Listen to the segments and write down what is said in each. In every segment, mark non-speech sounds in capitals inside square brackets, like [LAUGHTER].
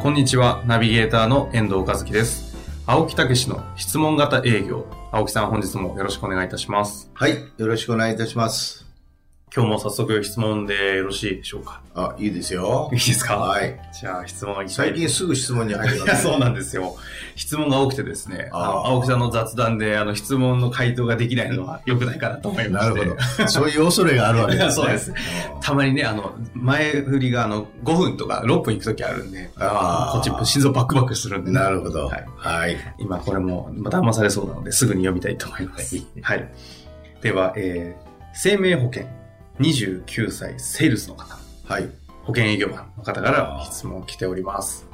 こんにちは、ナビゲーターの遠藤和樹です。青木武の質問型営業。青木さん、本日もよろしくお願いいたします。はい、よろしくお願いいたします。今日も早速質問でよろしいでしょうかあ、いいですよいい。ですかはい。じゃあ質問いきたい最近すぐ質問に入りいまや、す、 [LAUGHS] そうなんですよ。質問が多くてですね、あのあー青木さんの雑談で、あの、質問の回答ができないのは良くないかなと思いまなしるて。ほど。そういう恐れがあるわけですね。そうですたまにね、あの、前振りが、あの、5分とか6分行くときあるんで、あーこっちも心臓バックバックするんうでんね、なるほど。ははいい。今これも、まあ騙されそうなので、すぐに読みたいと思います。はい。では、えー、生命保険、29歳、セールスの方。はい。保険営業マンの方から質問来ております。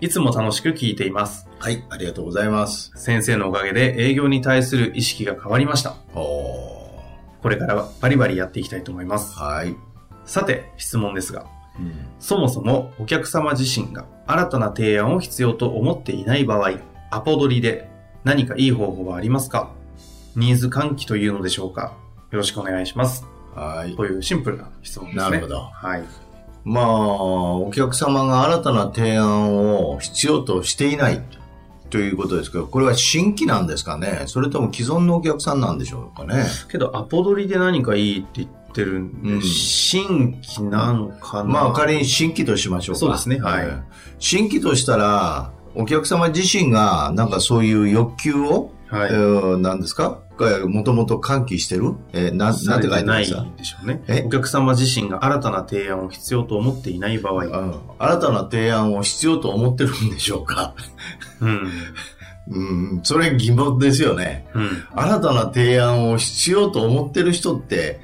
いつも楽しく聞いています。はい。ありがとうございます。先生のおかげで営業に対する意識が変わりました。おこれからはバリバリやっていきたいと思いますー。はい。さて、質問ですが、そもそもお客様自身が新たな提案を必要と思っていない場合、アポ取りで何かいい方法はありますかニーズ喚起というのでしょうかよろしくお願いします。はい。というシンプルな質問ですね。なるほど。はい。まあ、お客様が新たな提案を必要としていないということですけど、これは新規なんですかねそれとも既存のお客さんなんでしょうかねけど、アポ取りで何かいいって言ってるんで、うん新規なんかな。まあ仮に新規としましょうか。そうですねはいうん新規としたら、お客様自身がなんかそういう欲求を、はい。えー何ですかもともと喚起してるえー、な、なんて書いなてまいすかでしょうねえ。お客様自身が新たな提案を必要と思っていない場合。うん新たな提案を必要と思ってるんでしょうか [LAUGHS] うん。うん、それ疑問ですよね。うん。新たな提案を必要と思ってる人って、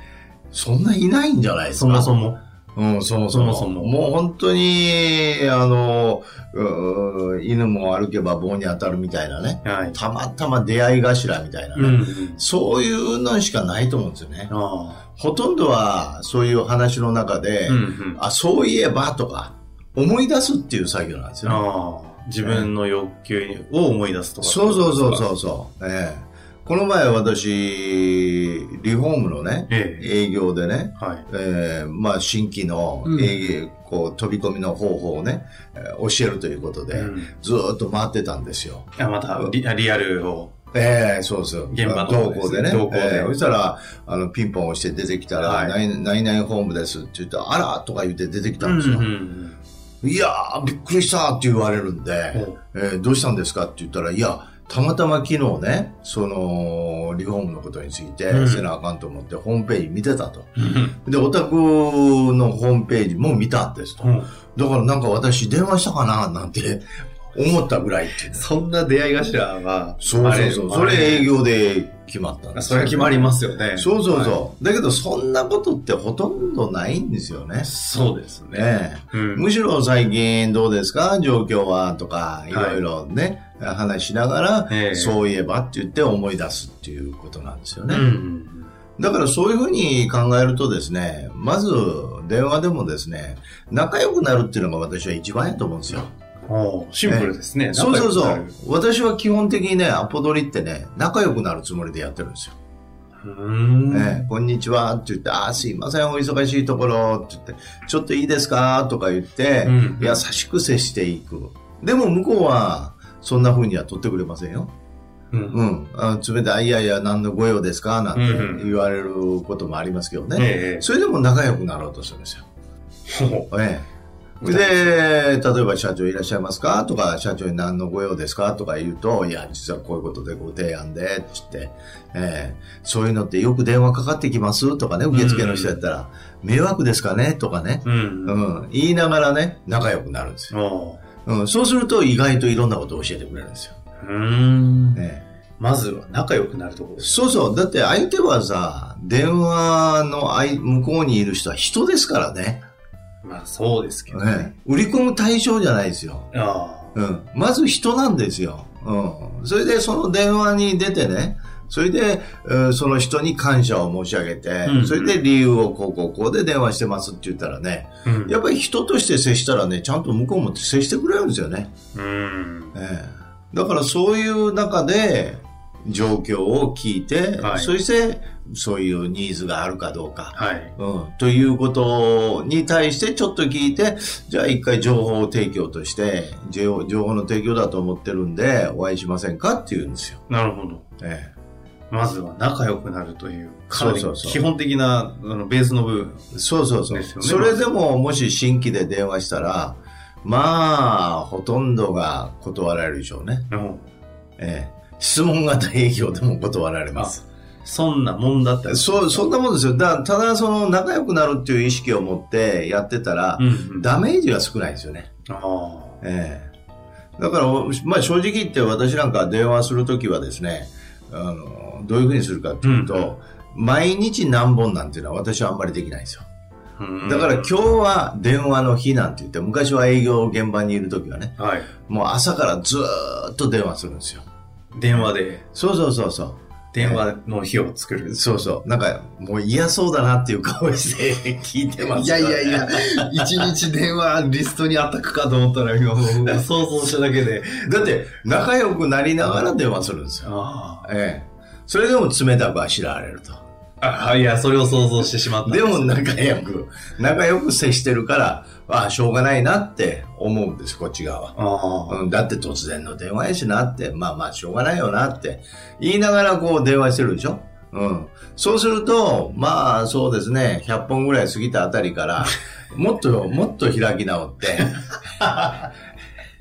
そんないないんじゃないですかそもそも。うん、そもそも。そもそももう本当に、あの、うー犬も歩けば棒に当たるみたいなね。はい。たまたま出会い頭みたいなね。うん。そういうのしかないと思うんですよね。あほとんどはそういう話の中で、あ。うんうん。ああ、そういえばとか、思い出すっていう作業なんですよね。あ。自分の欲求を思い出すとか。そうそうそうそうそう。ええこの前私、リフォームのね、ええ。営業でね、はい。えーまあ、新規の、うんえーこう飛び込みの方法をね、えー教えるということで、うんずーっと回ってたんですよ。あまたリ、リアルを。ええそうそう。現場の方同ですね行でね。同行でええそしたら、あの、ピンポン押して出てきたら、はい何何々ホームですって言ったら、あらとか言って出てきたんですよ。ん。いやー、びっくりしたって言われるんで、ええどうしたんですかって言ったら、いや、たまたま昨日ね、その、リフォームのことについてう、んせなあかんと思って、ホームページ見てたと。うんで、お宅のホームページも見たんですと。うんだからなんか私電話したかななんて [LAUGHS] 思ったぐらいっていう。そんな出会い頭は、そうそうそう。そあれ営業。業で決まったんですよそれは決まりますよね。そうそうそうは。だけど、そんなことってほとんどないんですよねい。。そうですね。ねえうん。むしろ最近どうですか状況はとか、いろいろね、話しながら、ええそういえばって言って思い出すっていうことなんですようね。ん。だからそういうふうに考えるとですね、まず電話でもですね、仲良くなるっていうのが私は一番やと思うんですよ。おーシンプルですね。そうそうそ仲良くなうる。。私は基本的にね、アポ取りってね、仲良くなるつもりでやってるんですよ。うーん。ええこんにちはって言って、ああ、すいません、お忙しいところって言って、ちょっといいですかとか言って、うん優しく接していく。でも向こうは、そんな風には取ってくれませんよ。うんうん。あ冷たい、いやいや、何のご用ですかなんうんうて言われることもありますけどね。ええそれでも仲良くなろうとするんですよ。ほええ。うで、例えば社長いらっしゃいますかとか、社長に何のご用ですかとか言うと、いや、実はこういうことでご提案で、つって、ええ、そういうのってよく電話かかってきますとかね、受付の人やったら、迷惑ですかねとかね、ううん。ううん。ん、言いながらね、仲良くなるんですよ。おーうん、そうすると意外といろんなことを教えてくれるんですよ。うーん。えまずは仲良くなるところえです。そうそう、だって相手はさ、電話の相向こうにいる人は人ですからね。まあそうですけどね。ね、売り込む対象じゃないですよ。あうん、まず人なんですよ、うん、それでその電話に出てねそれで、えーその人に感謝を申し上げて、うんそれで理由をこうこうこうで電話してますって言ったらね、あ。うん。やっぱり人として接したらね、ちゃんと向こうも接してくれるんですよね。うん。ええだからそういう中で、状況を聞いて、はいそしてそういうニーズがあるかどうか、はい。うん、ということに対してちょっと聞いて、じゃあ一回情報を提供として、情情報の提供だと思ってるんで、お会いしませんかって言うんですよ。なるほど。えまずは仲良くなるという、かなりそうそうそう基本的なあのベースの部分。えそうそうそう。ですよねそれでももし新規で電話したら、まあ、ほとんどが断られるでしょうね。うんええ質問型営業でも断られます。そんなもんだったそう、そんなもんですよ。だただ、その仲良くなるっていう意識を持ってやってたらう、んうん。ダメージが少ないですよね。ああ。ええ、だから、まあ、正直言って私なんか電話するときはですねあのどういうふうにするかっていうと、毎日何本なんていうのは私はあんまりできないんですようんだから今日は電話の日なんて言って昔は営業現場にいるときはねはい。もう朝からずーっと電話するんですよ電話で、そうそうそうそ電話の日を作るう。そうそうなんかもう嫌そうだなっていう顔して聞いてますいやいやいやや、一日電話リストにアタックかと思ったら、今もう、想像しただけで。だって仲良くなりながら電話するんですよ、あええ、それでも冷たくあしらわれるとあ。あ、いや、それを想像してしまった。でも仲良く、仲良く接してるから、ああ、しょうがないなって思うんです、こっち側は。ああ。うん、だって突然の電話やしなって、まあまあしょうがないよなって言いながらこう電話してるでしょうん。そうすると、まあそうですね、100本ぐらい過ぎたあたりから、もっと、もっと開き直って、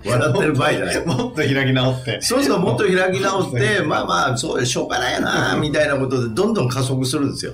笑ってる場合じゃない。もっと開き直って。そうするともっと開き直って、まあまあ、そう、しょうがないよな、みたいなことでどんどん加速するんですよ。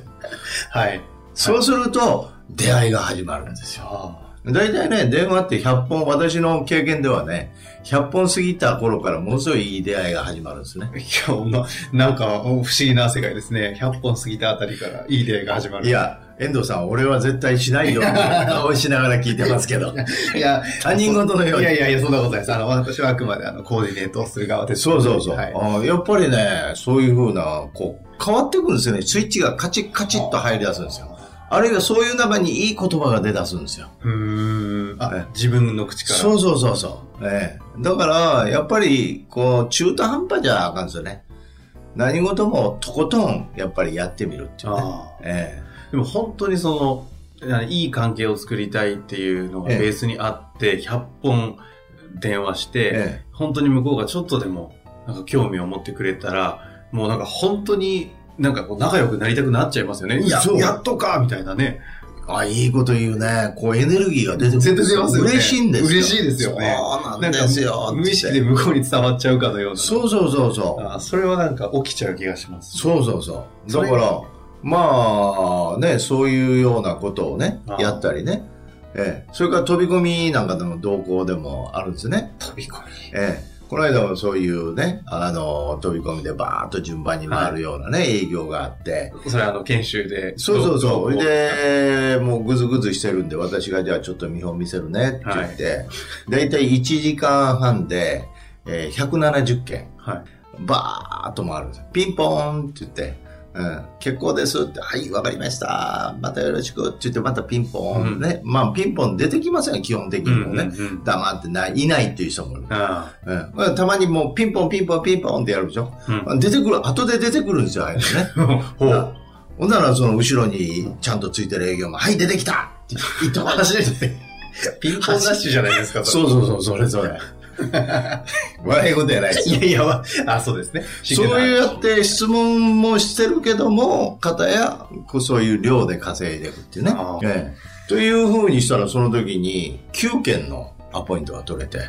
はい。そうすると、出会いが始まるんですよ。あ大体ね、電話って100本、私の経験ではね、100本過ぎた頃からものすごいいい出会いが始まるんですね。あ。いや、ま、なんか、不思議な世界ですね。100本過ぎたあたりから、いい出会いが始まる。い、や、遠藤さん、俺は絶対しないよ、みたいな顔しながら聞いてますけど。 [LAUGHS] いや、他人事のよういにや。いやいや、そんなことないです。あの、私はあくまで、あの、コーディネートをする側です。そうそうそう、はい。あーやっぱりね、そういうふうな、こう、変わってくるんですよね。スイッチがカチッカチッと入り出すんですよ。あるいはそういう中にいい言葉が出だすんですよ。うーん。えあ、自分の口から。そうそうそうそう。ええ。だから、やっぱり、こう、中途半端じゃあかんですよね。何事もとことん、やっぱりやってみるっていうね。ああ。えでも本当にその、あのいい関係を作りたいっていうのがええベースにあって、100本電話して、ええ本当に向こうがちょっとでも、なんか興味を持ってくれたら、もうなんか本当に、なんかこう仲良くなりたくなっちゃいますよね。うんいやそう、やっとかみたいなね。あ、いいこと言うね。こう、エネルギーが出てくる。絶対出ますよね嬉しいんですよ。嬉しいですよねそうなんですよ。無意識で向こうに伝わっちゃうかのような。そうそうそうそう。あそれはなんか起きちゃう気がします。そうそうそう。そだれから、まあ、ね、そういうようなことをねあ、あやったりね。ええ。それから飛び込みなんかでも同行でもあるんですね。飛び込み。ええ、この間もそういうね、あの、飛び込みでバーッと順番に回るようなね、営業があって、それあの、研修で。そうそうそう。どで、もうぐずぐずしてるんで、私がじゃあちょっと見本見せるねって言って、だいたい1時間半で、えー、170件、はい。バーッと回るんですよピンポーンって言って、うん、結構ですって、はい、わかりました。またよろしくって言って、またピンポーンね。まあ、ピンポン出てきません、基本的にもね。うんうんうん黙ってない、いないっていう人もいる。あうんまあ、たまにもうピンポンピンポンピンポンってやるでしょ、うん出てくる後で出てくるんですよああいうのねあ。ほう。ほんならその後ろにちゃんとついてる営業マン「はい出てきた!」って言って走る [LAUGHS] ピンポン [LAUGHS] ダッシュじゃないですか、そうそうそうそれそれ [LAUGHS] 笑い事やないですいよやいや、わあ、そうですね。そうやって質問もしてるけども方やこうそういう量で稼いでいくっていうねあ、ーええというふうにしたらその時に9件のアポイントが取れて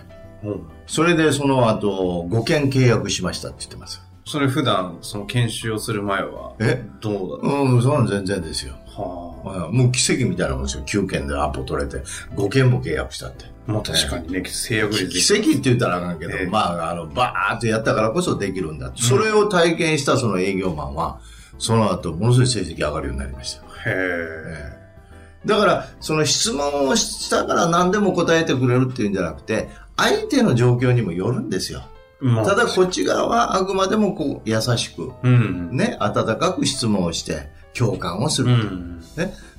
うんそれでその後5件契約しましたって言ってますそれ普段、その研修をする前は、えどうだっうん、そんなん全然ですよ。たはまあもう奇跡みたいなもんですよ。9件でアポ取れて、5件も契約したって。あ、まあ確かにね、制約率。奇跡って言ったらあかんけど、ええまあ、あの、バーっとやったからこそできるんだって。それを体験したその営業マンは、その後、ものすごい成績上がるようになりました。へえ。だから、その質問をしたから何でも答えてくれるっていうんじゃなくて、相手の状況にもよるんですよ。まただこっち側はあくまでもこう優しく、うん。ね、温かく質問をして、共感をすうる。ん。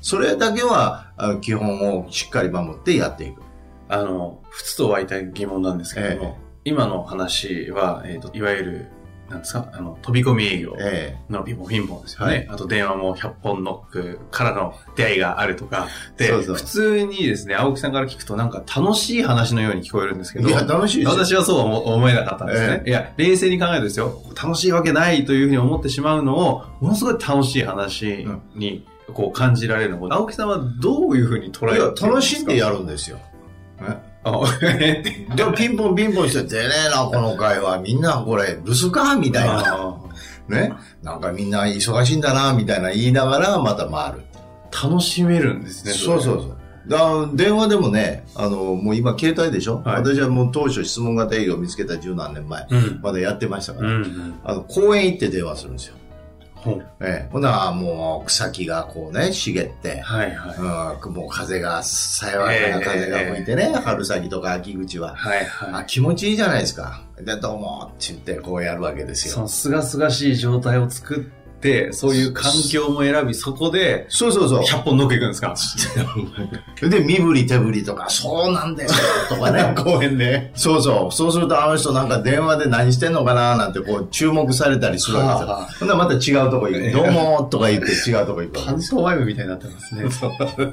それだけは、あ基本をしっかり守ってやっていく。あの、ふつと湧いた疑問なんですけども、今の話は、えっ、と、いわゆる、なんですか、あの、飛び込み営業えの貧乏貧乏ですよね。はあと、電話も100本ノックからの出会いがあるとか。で、そうそう普通にですね、青木さんから聞くとなんか楽しい話のように聞こえるんですえけど、いや、楽しいですよ。 [LAUGHS] 私はそうは思思えなかったんですね。いや、冷静に考えるとですよ、楽しいわけないというふうに思ってしまうのを、ものすごい楽しい話に、こう感じられるのを、青木さんはどういうふうに捉えていやるですか楽しんでやるんですよ。あでもピンポンピンポンして、出ねえな、この会話。みんなこれ、留守かみたいな。あ [LAUGHS] ね。なんかみんな忙しいんだな、みたいな言いながら、また回る。ー楽しめるんですね。そうそうそう。だ電話でもね、あの、もう今携帯でしょ、はい私はもう当初質問型営業を見つけた十何年前、う。うん。まだやってましたかうら、んうん。あの、公園行って電話するんですよ。ほうええ、ほな、もう草木がこうね、茂って、はいはい。うん、もう風が、さやわやかな風が吹いてね、春先とか秋口は。はいはあ、い。気持ちいいじゃないですか。で、どうもって言ってこうやるわけですそよ。のすがすがしい状態を作って、そういう環境も選び、そこでそうそうそう。 100本ノックいくんですかで、身振り手振りとか、そうなんですよ、と [LAUGHS] かね。公園で。そうそう。そうすると、あの人なんか電話で何してんのかななんてこう注目されたりするわけですよ。はあほんならまた違うとこ行く。どうもーとか言って違うとこ行くわけパでンす。トワイムみたいになってますね。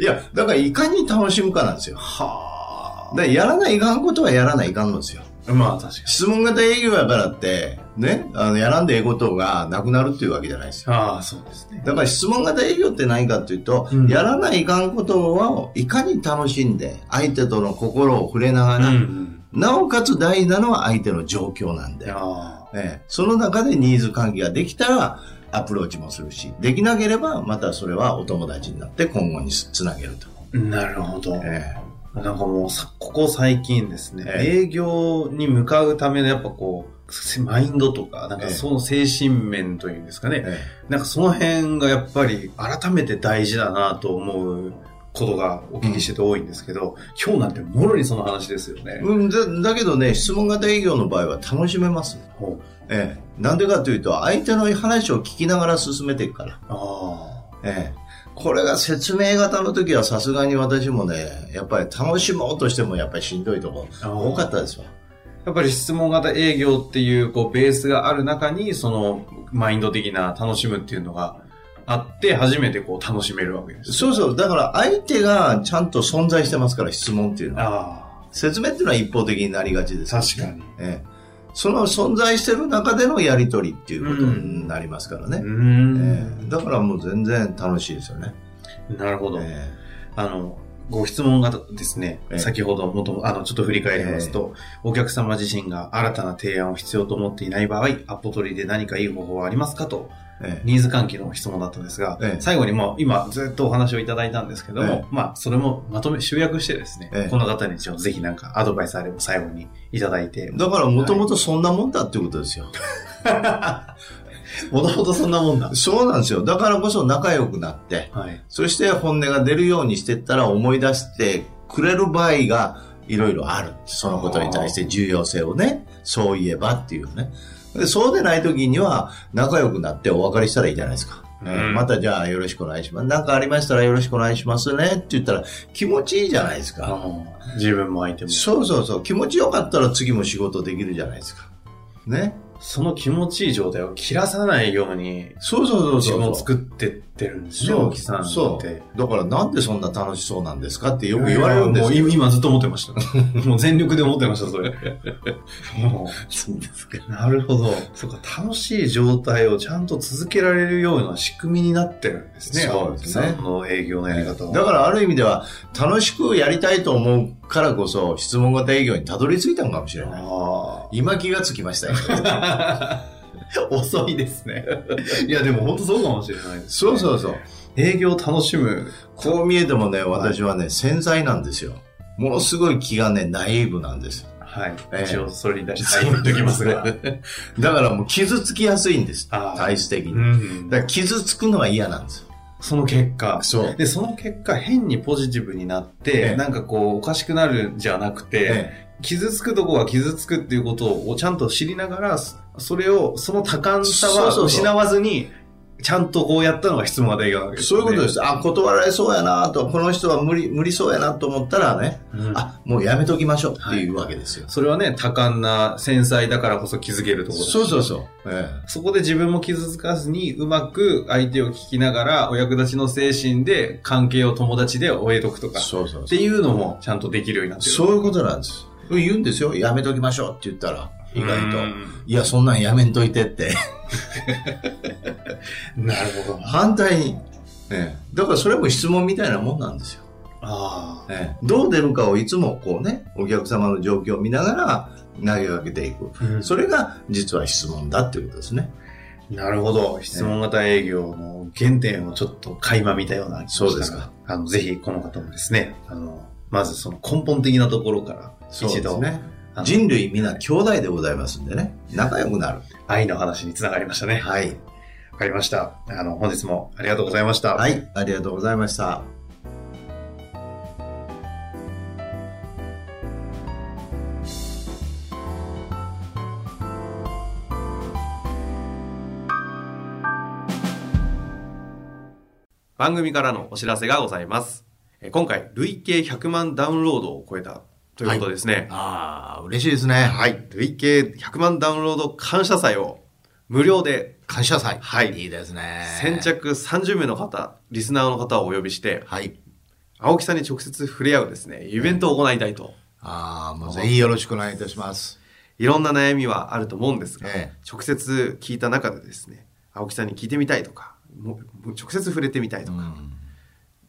いや、だからいかに楽しむかなんですよ。はだからやらないかんことはやらないかんのですよ。あ。まあ確かに。質問型営業やからって、ね、あの、やらんでええことがなくなるっていうわけじゃないですよ。ああ、そうですね。だから質問型営業って何かというと、うんやらないかんことをいかに楽しんで、相手との心を触れながうんら、うん。なおかつ大事なのは相手の状況なんで、あええその中でニーズ喚起ができたら、アプローチもするし、できなければ、またそれはお友達になって今後につなげると。あ。なるほど。ええなんかもうさ、ここ最近ですね、え営業に向かうためのやっぱこう、せマインドとか、なんかええその精神面というんですかね、えなんかその辺がやっぱり改めて大事だなと思うことがお聞きしてて多いんですけど、今日なんてもろにその話ですよねえ。うん、だだけどね、質問型営業の場合は楽しめます。ほうええなんでかというと、相手の話を聞きながら進めていくから。あええこれが説明型の時はさすがに私もね、やっぱり楽しもうとしてもやっぱりしんどいとこあ。多かったですわ。やっぱり質問型営業っていう、こう、ベースがある中に、その、マインド的な楽しむっていうのがあって、初めてこう、楽しめるわけです。そうそう。だから相手がちゃんと存在してますから、質問っていうのは。あ説明っていうのは一方的になりがちであ、す、ね。確かに。ええその存在してる中でのやりとりっていうことになりますからうね。ーえん。えだからもう全然楽しいですよね。なるほど。えあの、ご質問がですね、ええ先ほどもとも、あの、ちょっと振り返りますと、お客様自身が新たな提案を必要と思っていない場合、アポ取りで何かいい方法はありますかと、ええニーズ喚起の質問だったんですが、ええ最後にもう今ずっとお話をいただいたんですけども、えまあ、それもまとめ、集約してですね、ええこの方に一応ぜひなんかアドバイスあれば最後にいただいてえ、だからもともとそんなもんだっていうことですよ。もともとそんなもんだ。そうなんですよ。だからこそ仲良くなって、はい。そして本音が出るようにしてったら思い出してくれる場合がいろいろある。そのことに対して重要性をね、そういえばっていうね。でそうでない時には仲良くなってお別れしたらいいじゃないですか。うんえーまたじゃあよろしくお願いします。なんかありましたらよろしくお願いしますねって言ったら気持ちいいじゃないですあか。の、自分も相手も。そうそうそう。気持ちよかったら次も仕事できるじゃないですか。ね。その気持ちいい状態を切らさないように、そうそうそうそう。自分を作ってってるんですね、そう大木さんって。そう。だからなんでそんな楽しそうなんですかってよく言われるんですいやよ。もう今ずっと思ってました。 [LAUGHS] もう全力で思ってました、それ。もそうですか。うなるほど。そうか、楽しい状態をちゃんと続けられるような仕組みになってるんですね。そうですね青木さんの営業のやり方は。だからある意味では楽しくやりたいと思うからこそ質問型営業にたどり着いたのかもしれない。あ今気がつきましたよ。あ。遅いですね。いや、でも本当そうかもしれないです、 [LAUGHS] そうう。そうそう。営業を楽しむ。こう見えてもね、私はね、繊細なんですよ。ものすごい気がね、ナイーブなんです。はい。ええ一応、それに対して言っておきます [LAUGHS] が。だからもう傷つきやすいんです。あー体質的に。んだから傷つくのは嫌なんです。その結果。そう。で、その結果、変にポジティブになって、ええなんかこう、おかしくなるんじゃなくて、え傷つくとこは傷つくっていうことをちゃんと知りながら、そそれを、その多感さそうはそうそう失わずに、ちゃんとこうやったのが質問が大学なわけえですそういようね、ことです。あ、断られそうやなと、この人は無理、無理そうやなと思ったらね、うんあ、もうやめときましょうっていうわけですよ。それはね、多感な繊細だからこそ気づけるところだしそうそうそう。ええそこで自分も傷つかずに、うまく相手を聞きながら、お役立ちの精神で関係を友達で終えとくとか、っそうそうてそう。いうのもちゃんとできるようになってる。そういうことなんです。言うんですよ。やめときましょうって言ったら、意外と。うんいや、そんなんやめんといてって。なるほど。反対に。ええだからそれも質問みたいなもんなんですよ。ああ。ええどう出るかをいつもこうね、お客様の状況を見ながら投げかけていく。うんそれが実は質問だっていうことですね。なるほど。質問型営業の原点をちょっと垣間見たような気がしたがそうですか。あの、ぜひこの方もですね、あの、まずその根本的なところから、一度、ね。あの人類皆兄弟でございますんでね。仲良くなる。愛の話につながりましたね。はい。わかりました。あの、本日もありがとうございました。はい。ありがとうございました。番組からのお知らせがございます。えー今回、累計100万ダウンロードを超えたということですね。ああ、嬉しいですね。はい。累計100万ダウンロード感謝祭を無料で感謝祭。はいいいですね。先。着30名の方、リスナーの方をお呼びして、はい。青木さんに直接触れ合うですね、イベントを行いたいと。ああ、もうぜひよろしくお願いいたします。いろんな悩みはあると思うんですが、え直接聞いた中でですね、青木さんに聞いてみたいとか、ももう直接触れてみたいとうか、ん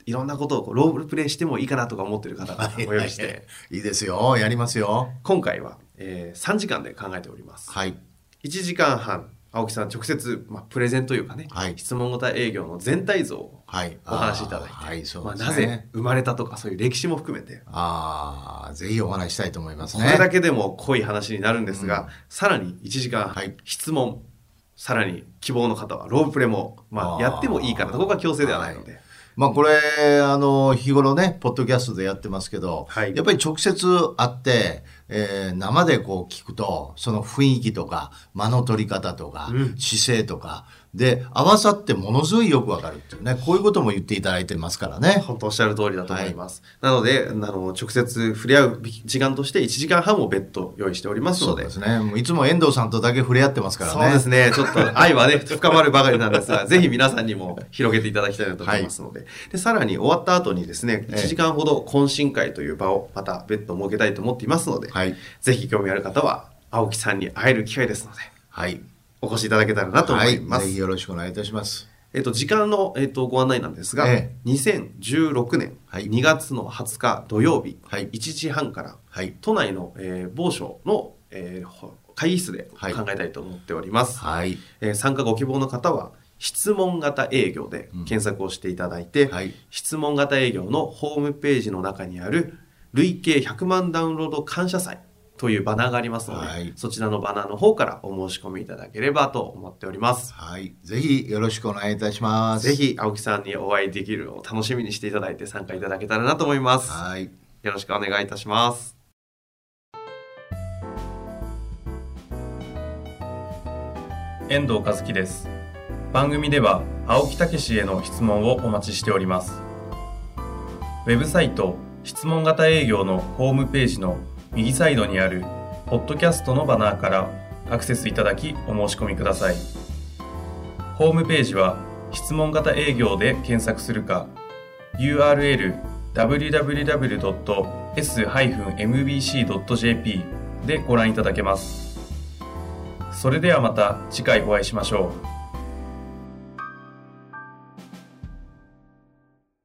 いろんなことをこうロールプレイしてもいいかなとか思ってる方々をお呼びして、いいですよ。やりますよ。今回は、えー3時間で考えております。はい。 1時間半、青木さん直接、まあ、プレゼンというかね、はい質問型営業の全体像をはい。お話しいただいて、あーはい、そうまあ、ですね。なぜ生まれたとかそういう歴史も含めて、ああ、ぜひお話ししたいと思いますこね。れだけでも濃い話になるんですが、うんさらに1時間、はい質問さらに希望の方はロープレも、まああ、ーやってもいいかなここは強制ではないので、まあこれ、あの、日頃ね、ポッドキャストでやってますけど、はいやっぱり直接会って、えー生でこう聞くと、その雰囲気とか、間の取り方とか、うん姿勢とか、で、合わさってものすごいよくわかるっていうね、こういうことも言っていただいてますからね。本当おっしゃる通りだと思います、なのであの直接触れ合う時間として1時間半を別途用意しておりますそのうでですね。もういつも遠藤さんとだけ触れ合ってますからね。そうですね。ちょっと [LAUGHS] 愛はね、深まるばかりなんですが、ぜひ皆さんにも広げていただきたいなと思いますので。で、さらに終わった後にですね、ええ1時間ほど懇親会という場をまた別途設けたいと思っていますので、はい。ぜひ興味ある方は、青木さんに会える機会ですので、はい。お越しいただけたらなと思いまはす。い。ぜひよろしくお願いいたします。えっと、時間の、えっと、ご案内なんですが、え2016年はい2月の20日土曜日、はい1時半から、はい。都内の、えー某所の、えーほ会議室で考えたいと思っております。はい。えー参加ご希望の方は質問型営業で検索をしていただいて、はい。質問型営業のホームページの中にある累計100万ダウンロード感謝祭というバナーがありますので、はいそちらのバナーの方からお申し込みいただければと思っております。はい。ぜひよろしくお願いいたします。ぜ。ひ青木さんにお会いできるのを楽しみにしていただいて参加いただけたらなと思います。はい。よろしくお願いいたします。遠藤和樹です。番組では青木武氏への質問をお待ちしております。ウェブサイト質問型営業のホームページの右サイドにあるポッドキャストのバナーからアクセスいただきお申し込みください。ホームページは質問型営業で検索するか URL www.s-mbc.jp でご覧いただけます。それではまた次回お会いしましょう。